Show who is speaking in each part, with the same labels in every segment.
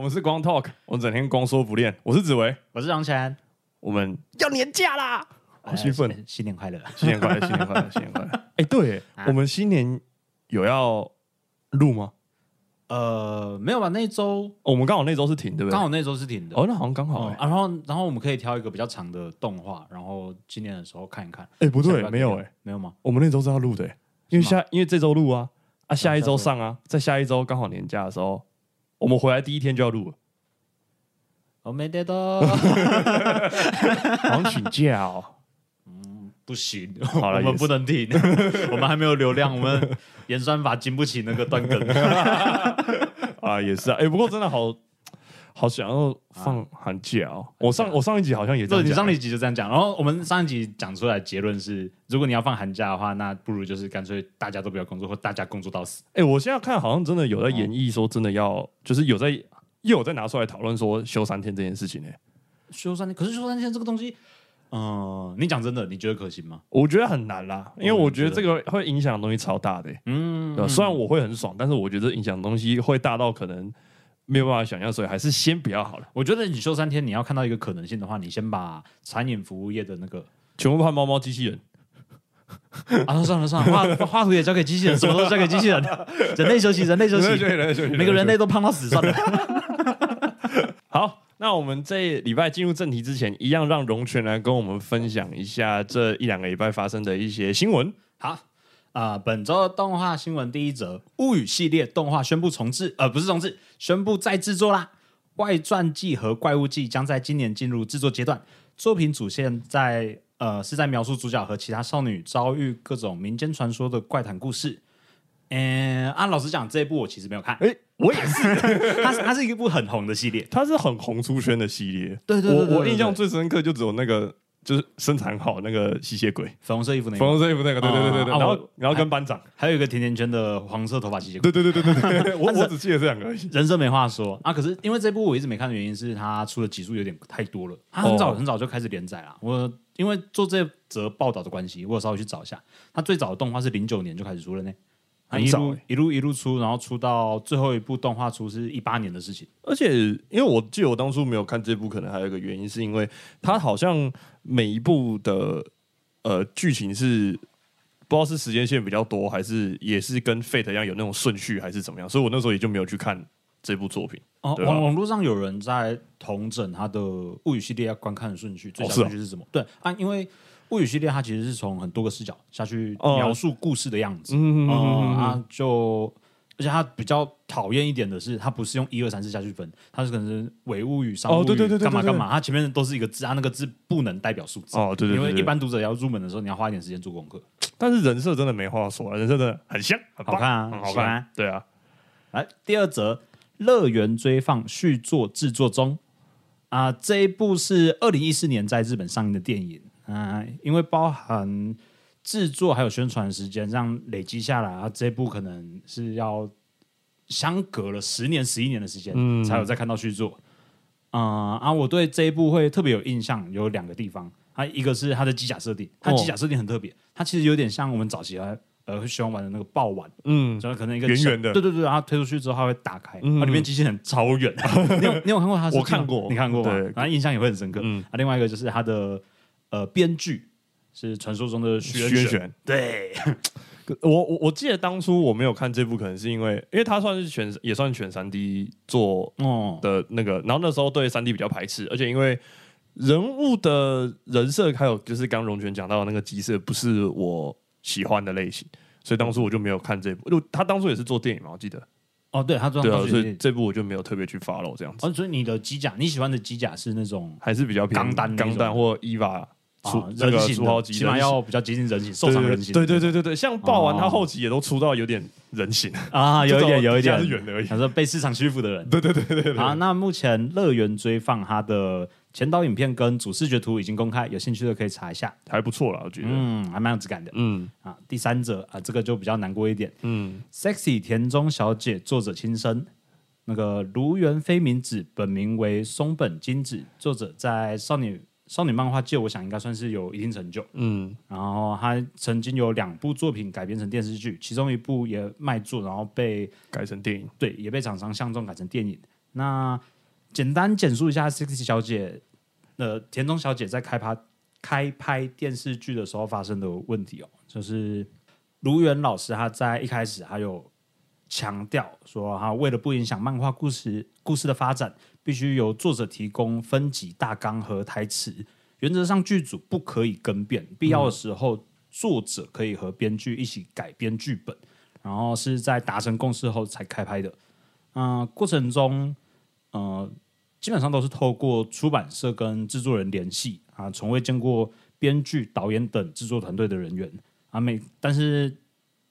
Speaker 1: 们是光 talk，我们整天光说不练。我是紫薇，
Speaker 2: 我是杨晨，
Speaker 1: 我们要年假啦，好兴奋！
Speaker 2: 呃新年快乐！
Speaker 1: 新年快乐，新年 快乐，新年快乐！哎、对耶、我们新年有要录吗？
Speaker 2: 呃，没有吧？那一周
Speaker 1: 哦我们刚好那周是停，对不对？
Speaker 2: 刚好那周是停的。
Speaker 1: 哦，那好像刚好、
Speaker 2: 嗯
Speaker 1: 哎、
Speaker 2: 啊然后然后我们可以挑一个比较长的动画，然后今年的时候看一看。
Speaker 1: 哎不
Speaker 2: 下礼
Speaker 1: 对，
Speaker 2: 拜
Speaker 1: 没有哎、
Speaker 2: 没有吗？
Speaker 1: 我们那周是要录的耶、哎因为
Speaker 2: 是吗
Speaker 1: 下因为这周录啊，啊下一周上啊，在下一周刚好年假的时候，我们回来第一天就要录了，
Speaker 2: 我哦没得到，
Speaker 1: 好像请假哦。
Speaker 2: 不行，
Speaker 1: 好了
Speaker 2: 我
Speaker 1: 也
Speaker 2: 们
Speaker 1: 是
Speaker 2: 不能停，我们还没有流量，我们演算法经不起那个 断更。
Speaker 1: 啊，也是啊，哎、不过真的好好想要放寒假哦。我上我上一集好像也这
Speaker 2: 对，
Speaker 1: 样
Speaker 2: 你
Speaker 1: 讲
Speaker 2: 上一集就这样讲，然后我们上一集讲出来结论是，如果你要放寒假的话，那不如就是干脆大家都不要工作，或大家工作到死。
Speaker 1: 哎、我现在看好像真的有在演绎说，真的要、就是有在又有在拿出来讨论说休三天这件事情欸呢、
Speaker 2: 休三天，可是休三天这个东西，嗯、你讲真的，你觉得可行吗？
Speaker 1: 我觉得很难啦，因为
Speaker 2: 嗯
Speaker 1: 我觉得
Speaker 2: 是
Speaker 1: 这
Speaker 2: 的
Speaker 1: 个会影响的东西超大的、欸。
Speaker 2: 嗯
Speaker 1: 对吧虽然我会很爽，但是我觉得影响的东西会大到可能没有办法想象，所以还是先不要好了。
Speaker 2: 我觉得你休三天，你要看到一个可能性的话，你先把餐饮服务业的那个
Speaker 1: 全部怕猫猫机器人，
Speaker 2: 啊，算了算了，画画图也交给机器人，什么都交给机器人，人类休息，人类休息，每个人类都胖到死算了。
Speaker 1: 好，那我们这礼拜进入正题之前，一样让龙泉来跟我们分享一下这一两个礼拜发生的一些新闻。
Speaker 2: 好啊、本周的动画新闻第一则，《物语》系列动画宣布重置，呃，不是重置，宣布再制作啦。《外传记》和《怪物记》将在今年进入制作阶段。作品主线在呃是在描述主角和其他少女遭遇各种民间传说的怪谈故事。嗯，按、老实讲，这一部我其实没有看，
Speaker 1: 哎、我也是，
Speaker 2: 它是它是一部很红的系列。
Speaker 1: 它是很红出圈的系列。
Speaker 2: 对对对对对
Speaker 1: 我我
Speaker 2: 对
Speaker 1: 印象最深刻就只有那个。就是生产好那个吸血鬼，
Speaker 2: 粉红色衣服那一
Speaker 1: 粉
Speaker 2: 部，
Speaker 1: 红色衣服那个，对对对对对，
Speaker 2: 啊
Speaker 1: 然后
Speaker 2: 我
Speaker 1: 然后跟班长，
Speaker 2: 还有一个甜甜圈的黄色头发吸血鬼，
Speaker 1: 对对对对对 对对，我
Speaker 2: 但是
Speaker 1: 我只记得这两个而已。
Speaker 2: 人生没话说啊。可是因为这部我一直没看的原因是它出的集数有点太多了，它很早
Speaker 1: 哦
Speaker 2: 很早就开始连载啦。我因为做这则报道的关系，我有稍微去找一下，它最早的动画是零九年就开始出了呢，它
Speaker 1: 很
Speaker 2: 一
Speaker 1: 早
Speaker 2: 路
Speaker 1: 欸
Speaker 2: 一路一路出，然后出到最后一部动画出是一八年的事情。
Speaker 1: 而且，因为我记得我当初没有看这部，可能还有一个原因，是因为它好像每一部的呃剧情是不知道是时间线比较多，还是也是跟 Fate 一样有那种顺序，还是怎么样，所以我那时候也就没有去看这部作品。
Speaker 2: 哦，
Speaker 1: 对啊
Speaker 2: 网网络上有人在统整它的物语系列要观看的顺序，最小
Speaker 1: 是啊
Speaker 2: 顺序是什么？对啊，因为物语系列它其实是从很多个视角下去
Speaker 1: 哦
Speaker 2: 描述故事的样子，
Speaker 1: 嗯
Speaker 2: 嗯啊，就而且它比较讨厌一点的是，它不是用一二三四下去分，它是可能是唯物语、商务语、
Speaker 1: 哦对对对对
Speaker 2: 干嘛
Speaker 1: 对对
Speaker 2: 干嘛，它前面都是一个字，它那个字不能代表数字。
Speaker 1: 哦，对对对
Speaker 2: 因
Speaker 1: 对，
Speaker 2: 为一般读者要入门的时候，你要花一点时间做功课。
Speaker 1: 但是人设真的没话说啊，人设真的很香，很棒
Speaker 2: 好看啊
Speaker 1: 很好
Speaker 2: 喜欢啊
Speaker 1: 看，对啊，
Speaker 2: 来，第二则《乐园追放》续作制作中啊、这一部是二零一四年在日本上映的电影啊、因为包含制作还有宣传时间，这样累积下来啊，这一部可能是要相隔了十年、十一年的时间，才有再看到续作。嗯、啊，我对这一部会特别有印象，有两个地方，它一个是它的机甲设定，它
Speaker 1: 哦
Speaker 2: 机甲设定很特别，它其实有点像我们早期呃呃喜欢玩的那个爆丸，
Speaker 1: 嗯，
Speaker 2: 就是可能一个
Speaker 1: 圆
Speaker 2: 小
Speaker 1: 圆的
Speaker 2: 对对对，然后推出去之后它会打开，啊
Speaker 1: 嗯
Speaker 2: 它里面机器人 超远。你有你有看过它的设计吗？
Speaker 1: 我看过
Speaker 2: 你看过吗？
Speaker 1: 对
Speaker 2: 然后印象也会很深刻。
Speaker 1: 嗯
Speaker 2: 啊，另外一个就是它的呃编剧是传说中的徐
Speaker 1: 徐
Speaker 2: 渊
Speaker 1: 渊
Speaker 2: 玄，
Speaker 1: 玄。
Speaker 2: 对，
Speaker 1: 我我我记得当初我没有看这部，可能是因为因为它算是全也算全三 D 做
Speaker 2: 哦，
Speaker 1: 的那个，然后那时候对三 D 比较排斥，而且因为人物的人设还有就是刚荣泉讲到的那个机设不是我喜欢的类型，所以当初我就没有看这部。就他当初也是做电影嘛，我记得
Speaker 2: 哦，对，他这
Speaker 1: 对
Speaker 2: 样
Speaker 1: 啊，
Speaker 2: 告诉
Speaker 1: 所
Speaker 2: 你
Speaker 1: 以这部我就没有特别去 follow 这样子，
Speaker 2: 哦，所以你的机甲，你喜欢的机甲是那种
Speaker 1: 还是比较偏
Speaker 2: 钢弹那种
Speaker 1: 钢弹或 EVA 出
Speaker 2: 啊
Speaker 1: 那个
Speaker 2: 人形
Speaker 1: 出号
Speaker 2: 的，
Speaker 1: 机，
Speaker 2: 起码
Speaker 1: 人形
Speaker 2: 要比较接近人形，受伤人形。
Speaker 1: 对对对对对对，像爆完
Speaker 2: 哦
Speaker 1: 他后期也都出到有点人形，
Speaker 2: 啊，有一点，有
Speaker 1: 就
Speaker 2: 一点
Speaker 1: 只有底价是圆的而已
Speaker 2: 他说被市场屈服的人。对对对对好，那目前《乐园追放》它的前导影片跟主视觉图已经公开，有兴趣的可以查一下。
Speaker 1: 还不错啦，我觉得。
Speaker 2: 嗯，还蛮有质感的
Speaker 1: 嗯
Speaker 2: 啊。第三者啊，这个就比较难过一点，
Speaker 1: 嗯，
Speaker 2: Sexy 田中小姐作者亲生，那个卢原非明子本名为松本金子，作者在少女少女漫画界，我想应该算是有一定成就。
Speaker 1: 嗯，
Speaker 2: 然后她曾经有两部作品改编成电视剧，其中一部也卖座，然后被
Speaker 1: 改成电影。
Speaker 2: 对也被厂商相中改成电影。那简单简述一下 Sixty 小姐，呃，田中小姐在开拍开拍电视剧的时候发生的问题哦，就是卢源老师他在一开始他有强调说，他为了不影响漫画故事故事的发展，必须由作者提供分级大纲和台词，原则上剧组不可以更变，必要的时候作者可以和编剧一起改编剧本，然后是在达成共识后才开拍的。嗯、过程中，呃，基本上都是透过出版社跟制作人联系啊，从未见过编剧、导演等制作团队的人员啊。每但是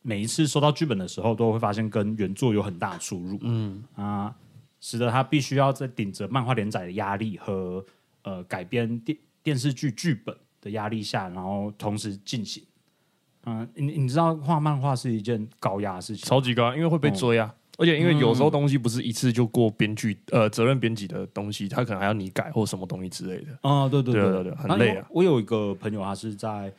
Speaker 2: 每一次收到剧本的时候，都会发现跟原作有很大的出入，嗯啊，使得他必须要在顶着漫画连载的压力和呃改编电电视剧剧本的压力下，然后同时进行。嗯、你你知道画漫画是一件高压的事情，
Speaker 1: 超级高啊，因为会被追啊。而且因为有时候东西不是一次就过编剧呃责任编辑的东西，他可能还要你改或什么东西之类的。
Speaker 2: 啊、对对
Speaker 1: 对
Speaker 2: 对
Speaker 1: 对对很累啊
Speaker 2: 我。我有一个朋友，他是在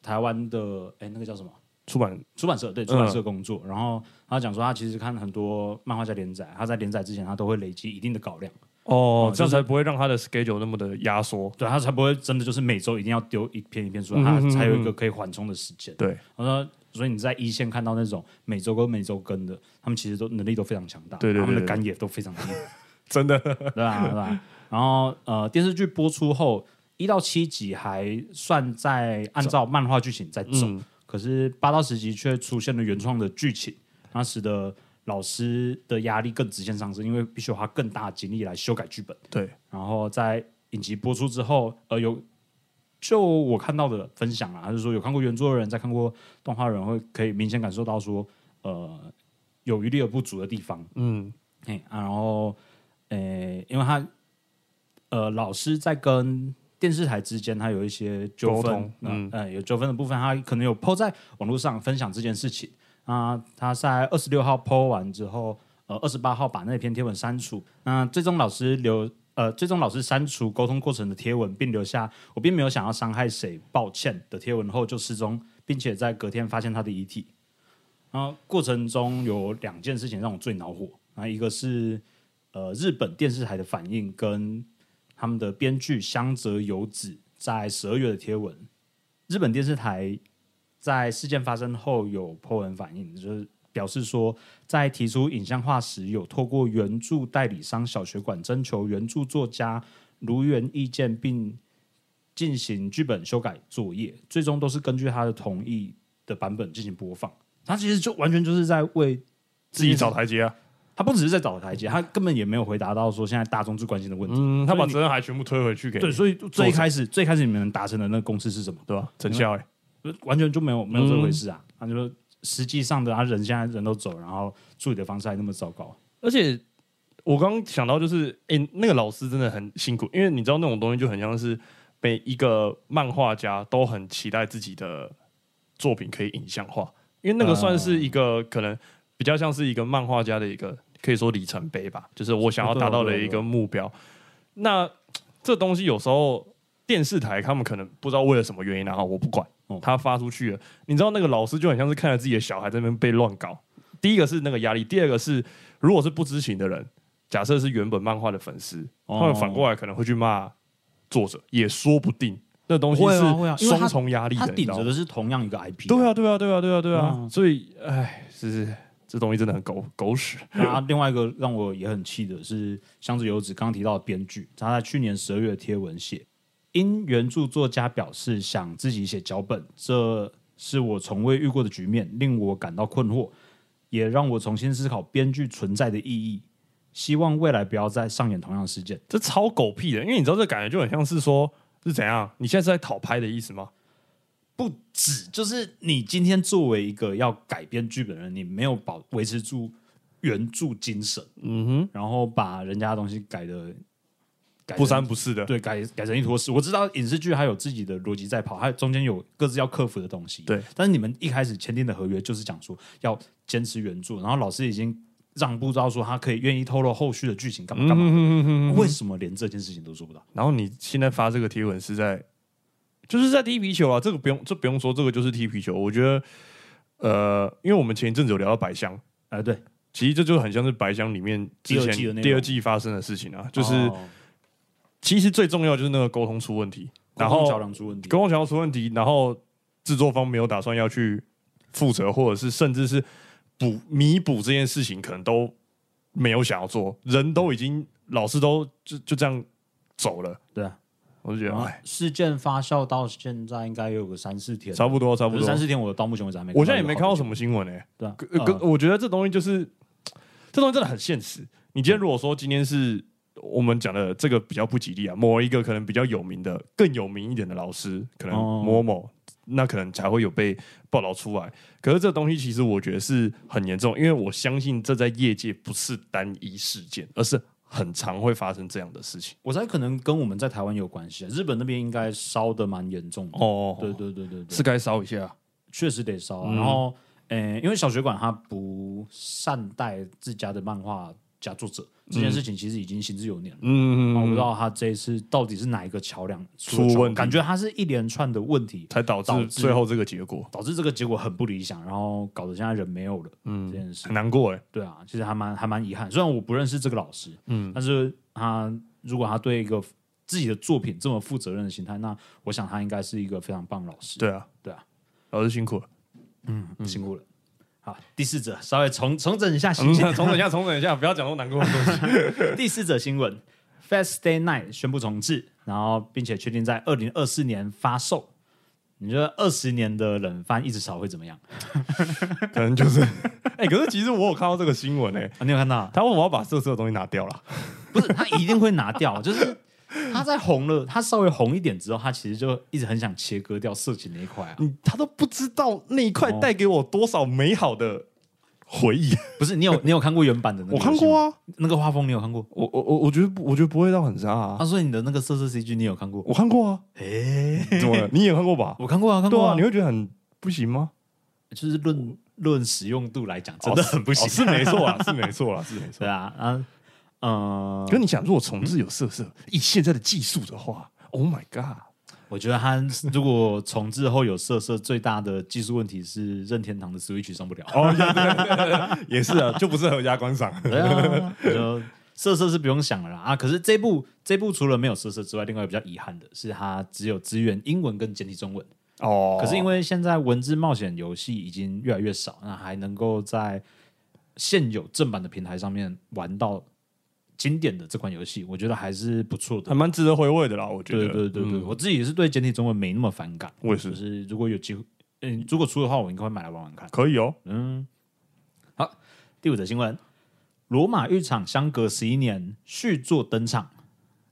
Speaker 2: 台湾的，哎，那个叫什么
Speaker 1: 出版
Speaker 2: 出版社？对，出版社工
Speaker 1: 嗯
Speaker 2: 作。然后他讲说，他其实看很多漫画家连载，他在连载之前，他都会累积一定的稿量，
Speaker 1: 哦
Speaker 2: 嗯，
Speaker 1: 这样
Speaker 2: 就是
Speaker 1: 才不会让他的 schedule 那么的压缩。
Speaker 2: 对他才不会真的就是每周一定要丢一篇一篇出来，
Speaker 1: 嗯
Speaker 2: 他
Speaker 1: 嗯嗯
Speaker 2: 才有一个可以缓冲的时间。
Speaker 1: 对，
Speaker 2: 他说，所以你在一线看到那种每周跟每周更的，他们其实都能力都非常强大，
Speaker 1: 对对对
Speaker 2: 他们的
Speaker 1: 对
Speaker 2: 肝也都非常硬。
Speaker 1: 真的，
Speaker 2: 对 吧？对吧？然后呃，电视剧播出后一到七集还算在按照漫画剧情在走，
Speaker 1: 嗯
Speaker 2: 可是八到十集却出现了原创的剧情，那使得老师的压力更直线上升，因为必须花更大的精力来修改剧本。
Speaker 1: 对，
Speaker 2: 然后在影集播出之后，呃，有就我看到的分享啊，就是说有看过原作的人，在看过动画的人会可以明显感受到说，呃，有余力而不足的地方。
Speaker 1: 嗯，
Speaker 2: 嘿啊，然后，呃，因为他，呃，老师在跟电视台之间，他有一些纠
Speaker 1: 沟
Speaker 2: 纷
Speaker 1: 通，
Speaker 2: 嗯、呃，有纠纷的部分，他可能有 PO 在网络上分享这件事情啊。他在二十六号 PO 完之后，呃，二十八号把那篇贴文删除。那最终老师留，呃，最终老师删除沟通过程的贴文，并留下“我并没有想要伤害谁，抱歉”的贴文后就失踪，并且在隔天发现他的遗体。然后过程中有两件事情让我最恼火，啊，一个是呃日本电视台的反应跟他们的编剧香泽由子在十二月的贴文，日本电视台在事件发生后有 po 文反应，就是表示说在提出影像化时，有透过原著代理商小学馆征求原著作家如原意见，并进行剧本修改作业，最终都是根据他的同意的版本进行播放。他其实就完全就是在为
Speaker 1: 自己找台阶啊。
Speaker 2: 他不只是在找台阶，他根本也没有回答到说现在大众最关心的问题。
Speaker 1: 嗯，他把责任还全部推回去给
Speaker 2: 对，
Speaker 1: 你
Speaker 2: 所以最一开始最一开始你们达成的那个共识是什么？
Speaker 1: 对吧？成效哎，
Speaker 2: 完全就没有没有这回事啊！他就说实际上的他人现在人都走，然后处理的方式还那么糟糕。
Speaker 1: 而且我刚刚想到就是，哎、那个老师真的很辛苦，因为你知道那种东西就很像是每一个漫画家都很期待自己的作品可以影像化，因为那个算是一个、可能比较像是一个漫画家的一个可以说里程碑吧，就是我想要达到的一个目标。那这东西有时候电视台他们可能不知道为了什么原因然后我不管
Speaker 2: 哦，
Speaker 1: 他发出去了，你知道那个老师就很像是看着自己的小孩在那边被乱搞。第一个是那个压力，第二个是如果是不知情的人，假设是原本漫画的粉丝，
Speaker 2: 哦
Speaker 1: 他们反过来可能会去骂作者，也说不定。那东西
Speaker 2: 会
Speaker 1: 是
Speaker 2: 啊会啊因为他
Speaker 1: 双重压力
Speaker 2: 他
Speaker 1: 的，你
Speaker 2: 顶
Speaker 1: 知道
Speaker 2: 着
Speaker 1: 吗
Speaker 2: 的是同样一个 IP，
Speaker 1: 对啊，对啊，对啊，对啊，对啊，
Speaker 2: 嗯
Speaker 1: 所以，哎，是是，这东西真的很狗狗屎。
Speaker 2: 那另外一个让我也很气的是箱子游子刚刚提到的编剧，他在去年十二月的贴文写，因原著作家表示想自己写脚本，这是我从未遇过的局面，令我感到困惑，也让我重新思考编剧存在的意义。希望未来不要再上演同样的事件。
Speaker 1: 这超狗屁的，因为你知道这感觉就很像是说是怎样？你现在是在讨拍的意思吗？
Speaker 2: 不止，就是你今天作为一个要改编剧本的人，你没有保维持住原著精神，
Speaker 1: 嗯
Speaker 2: 然后把人家的东西改的改
Speaker 1: 哼，
Speaker 2: 成
Speaker 1: 不三不四的，
Speaker 2: 对，改改成一坨屎。我知道影视剧还有自己的逻辑在跑，还有中间有各自要克服的东西。
Speaker 1: 对，
Speaker 2: 但是你们一开始签订的合约就是讲说要坚持原著，然后老师已经让步到说他可以愿意透露后续的剧情干
Speaker 1: 嗯
Speaker 2: 嘛干嘛。为什么连这件事情都做不到？
Speaker 1: 然后你现在发这个贴文是在，就是在踢皮球啊，这个不用，这不用说，这个就是踢皮球。我觉得，呃，因为我们前一阵子有聊到百香，
Speaker 2: 哎、对，
Speaker 1: 其实这就很像是《白箱》里面之
Speaker 2: 第
Speaker 1: 前
Speaker 2: 二季的内容
Speaker 1: 第二季发生的事情啊，就是、
Speaker 2: 哦
Speaker 1: 其实最重要就是那个沟通出问题，然后
Speaker 2: 沟通桥梁出问题，
Speaker 1: 沟通桥梁出问题，然后制作方没有打算要去负责，或者是甚至是补弥补这件事情，可能都没有想要做，人都已经老师都就就这样走了，
Speaker 2: 对啊，
Speaker 1: 我就觉
Speaker 2: 然
Speaker 1: 得
Speaker 2: 后
Speaker 1: 哎，
Speaker 2: 事件发酵到现在应该有个三四天了，
Speaker 1: 差不多差不
Speaker 2: 可
Speaker 1: 多
Speaker 2: 是，三四天我到目前为止还没，
Speaker 1: 我现在也没看到什
Speaker 2: 么，
Speaker 1: 么新闻哎、
Speaker 2: 对啊，
Speaker 1: 可可，我觉得这东西就是，这东西真的很现实。你今天如果说今天是我们讲的这个比较不吉利啊，某一个可能比较有名的、更有名一点的老师，可能
Speaker 2: 哦
Speaker 1: 某某，那可能才会有被报道出来。可是这东西其实我觉得是很严重，因为我相信这在业界不是单一事件，而是很常会发生这样的事情。
Speaker 2: 我猜可能跟我们在台湾有关系，啊日本那边应该烧的蛮严重的。
Speaker 1: 哦
Speaker 2: 对对对对对，
Speaker 1: 是该烧一下。
Speaker 2: 确实得烧啊、
Speaker 1: 嗯
Speaker 2: 然后，诶、因为小学馆他不善待自家的漫画家作者这件事情，其实已经行之有年了。
Speaker 1: 嗯，
Speaker 2: 我不知道他这一次到底是哪一个桥梁
Speaker 1: 出
Speaker 2: 了
Speaker 1: 问
Speaker 2: 状况
Speaker 1: 题
Speaker 2: 感觉他是一连串的问题
Speaker 1: 才导
Speaker 2: 导
Speaker 1: 致
Speaker 2: 致
Speaker 1: 最后这个结果，
Speaker 2: 导致这个结果很不理想，然后搞得现在人没有了。嗯，这件事
Speaker 1: 很，难过哎、
Speaker 2: 对啊，其实还蛮还蛮遗憾。虽然我不认识这个老师，嗯，但是他如果他对一个自己的作品这么负责任的心态，那我想他应该是一个非常棒的老师。
Speaker 1: 对啊，
Speaker 2: 对啊，
Speaker 1: 老师辛 苦了。嗯
Speaker 2: 辛苦了。好，第四则稍微重重整一下心
Speaker 1: 重
Speaker 2: 情。
Speaker 1: 整一下，重整一下，不要讲那么难过的东西。
Speaker 2: 第四则新闻，Fast Day Night 宣布重置，然后并且确定在二零二四年发售。你觉得二十年的冷饭一直炒会怎么样？
Speaker 1: 可能就是， 哎、可是其实我有看到这个新闻哎、
Speaker 2: 啊，你有看到啊？
Speaker 1: 他问我要把色色的东西拿掉了，
Speaker 2: 不是，他一定会拿掉，就是他在红了，他稍微红一点之后，他其实就一直很想切割掉色情那一块啊。
Speaker 1: 你他都不知道那一块带给我多少美好的回 忆。
Speaker 2: 不是，你有你有看过原版的那个？
Speaker 1: 我看过
Speaker 2: 啊，
Speaker 1: 啊，
Speaker 2: 那个画风你有看过？
Speaker 1: 我我我我觉得不我觉得不会到很差啊，
Speaker 2: 啊，所以你的那个色色 CG 你有看过？
Speaker 1: 我看过啊，
Speaker 2: 诶、
Speaker 1: 怎么了？你也看过吧？
Speaker 2: 我看过啊，看
Speaker 1: 对
Speaker 2: 过
Speaker 1: 啊，你会觉得很不行 吗？
Speaker 2: 就是论论使用度来讲，真的很不行。
Speaker 1: 哦是没错啊， 是没错啊，是没 错
Speaker 2: 对。啊，啊，嗯、
Speaker 1: 可是你想，如果重置有色色，以现在的技术的话，Oh my god！
Speaker 2: 我觉得他如果重置后有色色，最大的技术问题是任天堂的 Switch 上不了。
Speaker 1: 哦，对对对对 也是啊，就不适合加观赏。
Speaker 2: 对啊，我就色色是不用想了啦啊！可是这部这部除了没有色色之外，另外比较遗憾的是，它只有支援英文跟简体中文。
Speaker 1: 哦，
Speaker 2: 可是因
Speaker 1: 为
Speaker 2: 为现在文字冒险游戏已经越来越少，那还能够在现有正版的平台上面玩到经典的这款游戏，我觉得还是不错的
Speaker 1: 还。蛮值得回味的啦，我觉得。嗯
Speaker 2: 对对对对，我自己也是对简体中文没那么反感。
Speaker 1: 我也，
Speaker 2: 就是是如果有机会，嗯，如果出的话，我应该会买来玩玩看。
Speaker 1: 可以哦。
Speaker 2: 嗯，好，第五则新闻，罗马浴场相隔十一年续作登场，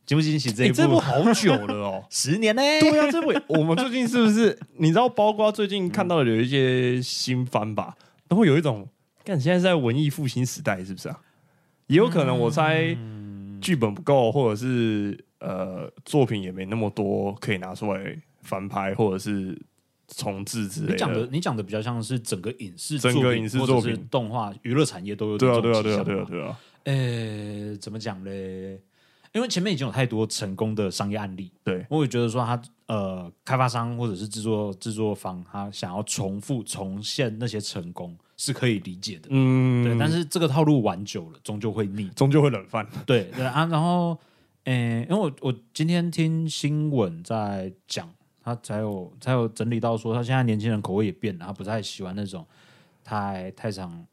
Speaker 2: 惊不惊喜？这一
Speaker 1: 你哎这部
Speaker 2: 部。
Speaker 1: 好久了哦
Speaker 2: 十年呢、
Speaker 1: 对啊，这部 我们最近是不是？你知道，包括最近看到的有一些新番吧，都会有一种，看现在是在文艺复兴时代，是不是啊？也有可能，我猜
Speaker 2: 嗯
Speaker 1: 剧本不够，或者是呃作品也没那么多可以拿出来翻拍，或者是重置之类
Speaker 2: 你讲的
Speaker 1: 的。
Speaker 2: 你讲的比较像是整个影视
Speaker 1: 整个
Speaker 2: 作品
Speaker 1: 影视
Speaker 2: 或者
Speaker 1: 作
Speaker 2: 是
Speaker 1: 品
Speaker 2: 动画娱乐产业都有
Speaker 1: 对啊，
Speaker 2: 这
Speaker 1: 对啊，
Speaker 2: 种迹
Speaker 1: 对啊，
Speaker 2: 象
Speaker 1: 对啊，
Speaker 2: 嘛
Speaker 1: 对啊，
Speaker 2: 呃，怎么讲嘞？因为前面已经有太多成功的商业案例，
Speaker 1: 对，
Speaker 2: 我也觉得说他呃，开发商或者是制作制作方，他想要重复重现那些成功是可以理解的，
Speaker 1: 嗯，
Speaker 2: 对。但是这个套路玩久了，终究会腻，
Speaker 1: 终究会冷饭。
Speaker 2: 对对啊。然后，诶、因为我我今天听新闻在讲，他才有才有整理到说，他现在年轻人口味也变了，他不太喜欢那种太太常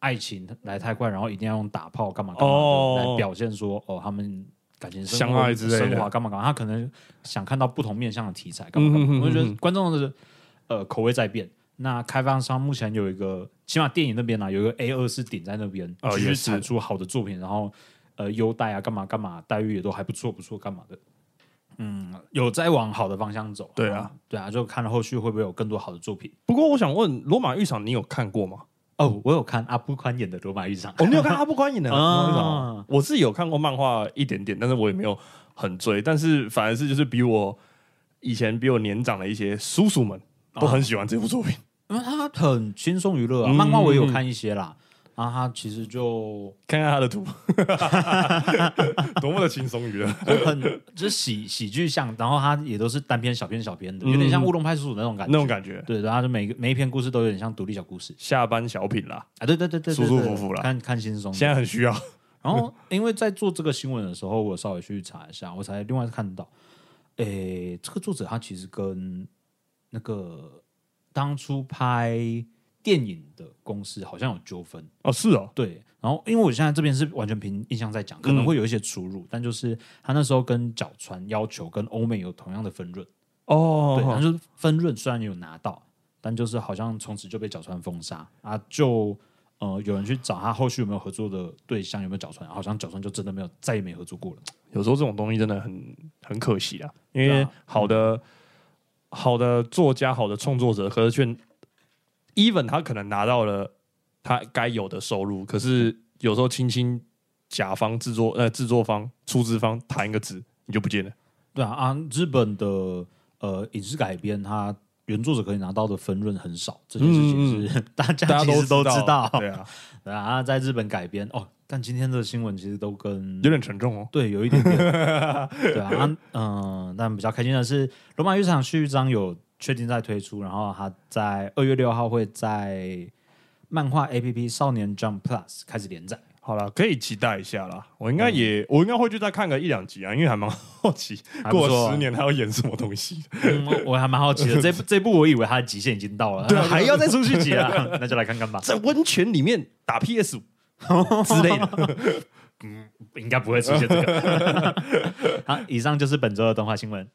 Speaker 2: 爱情来太快，然后一定要用打炮干嘛干嘛的、
Speaker 1: 哦
Speaker 2: 来表现说哦他们感情生活
Speaker 1: 相爱之类的
Speaker 2: 升华干嘛干嘛，他可能想看到不同面向的题材干嘛干嘛。
Speaker 1: 嗯哼嗯哼
Speaker 2: 我就觉得观众的呃口味在变。那开发商目前有一个，起码电影那边啊，有一个 A 二是顶在那边，
Speaker 1: 哦
Speaker 2: 继续
Speaker 1: 也是
Speaker 2: 产出好的作品，然后呃优待啊，干嘛干嘛，待遇也都还不错，不错干嘛的。嗯，有在往好的方向走。
Speaker 1: 对啊
Speaker 2: 然后，对啊，就看后续会不会有更多好的作品。
Speaker 1: 不过我想问，《罗马浴场》你有看过吗？
Speaker 2: 哦，我有看阿布宽演的《罗马浴场》
Speaker 1: 哦，你有看阿布宽影的
Speaker 2: 啊
Speaker 1: 那种？我是有看过漫画一点点，但是我也没有很追。但是反而是就是比我以前比我年长的一些叔啊叔们都很喜欢这部作品。
Speaker 2: 因为它很轻松娱乐啊。
Speaker 1: 嗯
Speaker 2: 漫画我也有看一些啦，啊，他其实就
Speaker 1: 看看他 的图，多么的轻松娱乐。
Speaker 2: 就很就是喜喜剧向，然后他也都是单篇小篇小篇的，有点
Speaker 1: 嗯
Speaker 2: 像乌龙派出所那种感觉。
Speaker 1: 那种感觉。
Speaker 2: 对，然后就每个每一篇故事都有点像独立小故事
Speaker 1: 下班小品啦，
Speaker 2: 啊，对对对对，对
Speaker 1: 舒舒
Speaker 2: 对
Speaker 1: 服服啦
Speaker 2: 看看轻松。
Speaker 1: 现在很需要。
Speaker 2: 然后因为在做这个新闻的时候，我稍微去查一下，我才另外看到，诶，这个作者他其实跟那个当初拍电影的公司好像有纠纷。
Speaker 1: 哦，是哦，
Speaker 2: 对，然后因为我现在这边是完全凭印象在讲，可能会有一些出入，但就是他那时候跟角川要求跟欧美有同样的分润，对，他
Speaker 1: 哦，
Speaker 2: 就是分润虽然有拿到，但就是好像从此就被角川封杀啊，就呃有人去找他后续有没有合作的对象，有没有角川，好像角川就真的没有再也没合作过了，
Speaker 1: 有时候这种东西真的很很可惜啊，因
Speaker 2: 对
Speaker 1: 为
Speaker 2: 啊
Speaker 1: 好的好的作家、好的创作者，可是却 even 他可能拿到了他该有的收入，可是有时候轻轻甲方制作呃制作方出资方弹一个字，你就不见了。
Speaker 2: 对啊啊，日本的呃影视改编它。原作者可以拿到的分润很少，这件事情是、 大家
Speaker 1: 嗯大家
Speaker 2: 其实都
Speaker 1: 知
Speaker 2: 知道。
Speaker 1: 对啊，
Speaker 2: 对啊，在日本改编哦，但今天的新闻其实都跟
Speaker 1: 有点沉重哦。
Speaker 2: 对有一点 点，对啊，嗯、但比较开心的是，《罗马浴场》续章有确定在推出，然后它在二月六号会在漫画 A P P 少年 Jump Plus 开始连 载。
Speaker 1: 好了，可以期待一下啦。我应
Speaker 2: 嗯
Speaker 1: 该也，我应该会去再看个一两集啊，因为还蛮好奇，
Speaker 2: 还不
Speaker 1: 过
Speaker 2: 错啊
Speaker 1: 了十年他要演什么东西。
Speaker 2: 嗯我我还蛮好奇的，这部这部我以为它的极限已经到了，
Speaker 1: 对啊
Speaker 2: 还要再出续集啊， 那就来看看吧。
Speaker 1: 在温泉里面打 PS 之类的。
Speaker 2: 嗯应该不会出现这个。 好，以上就是本周的动画新闻。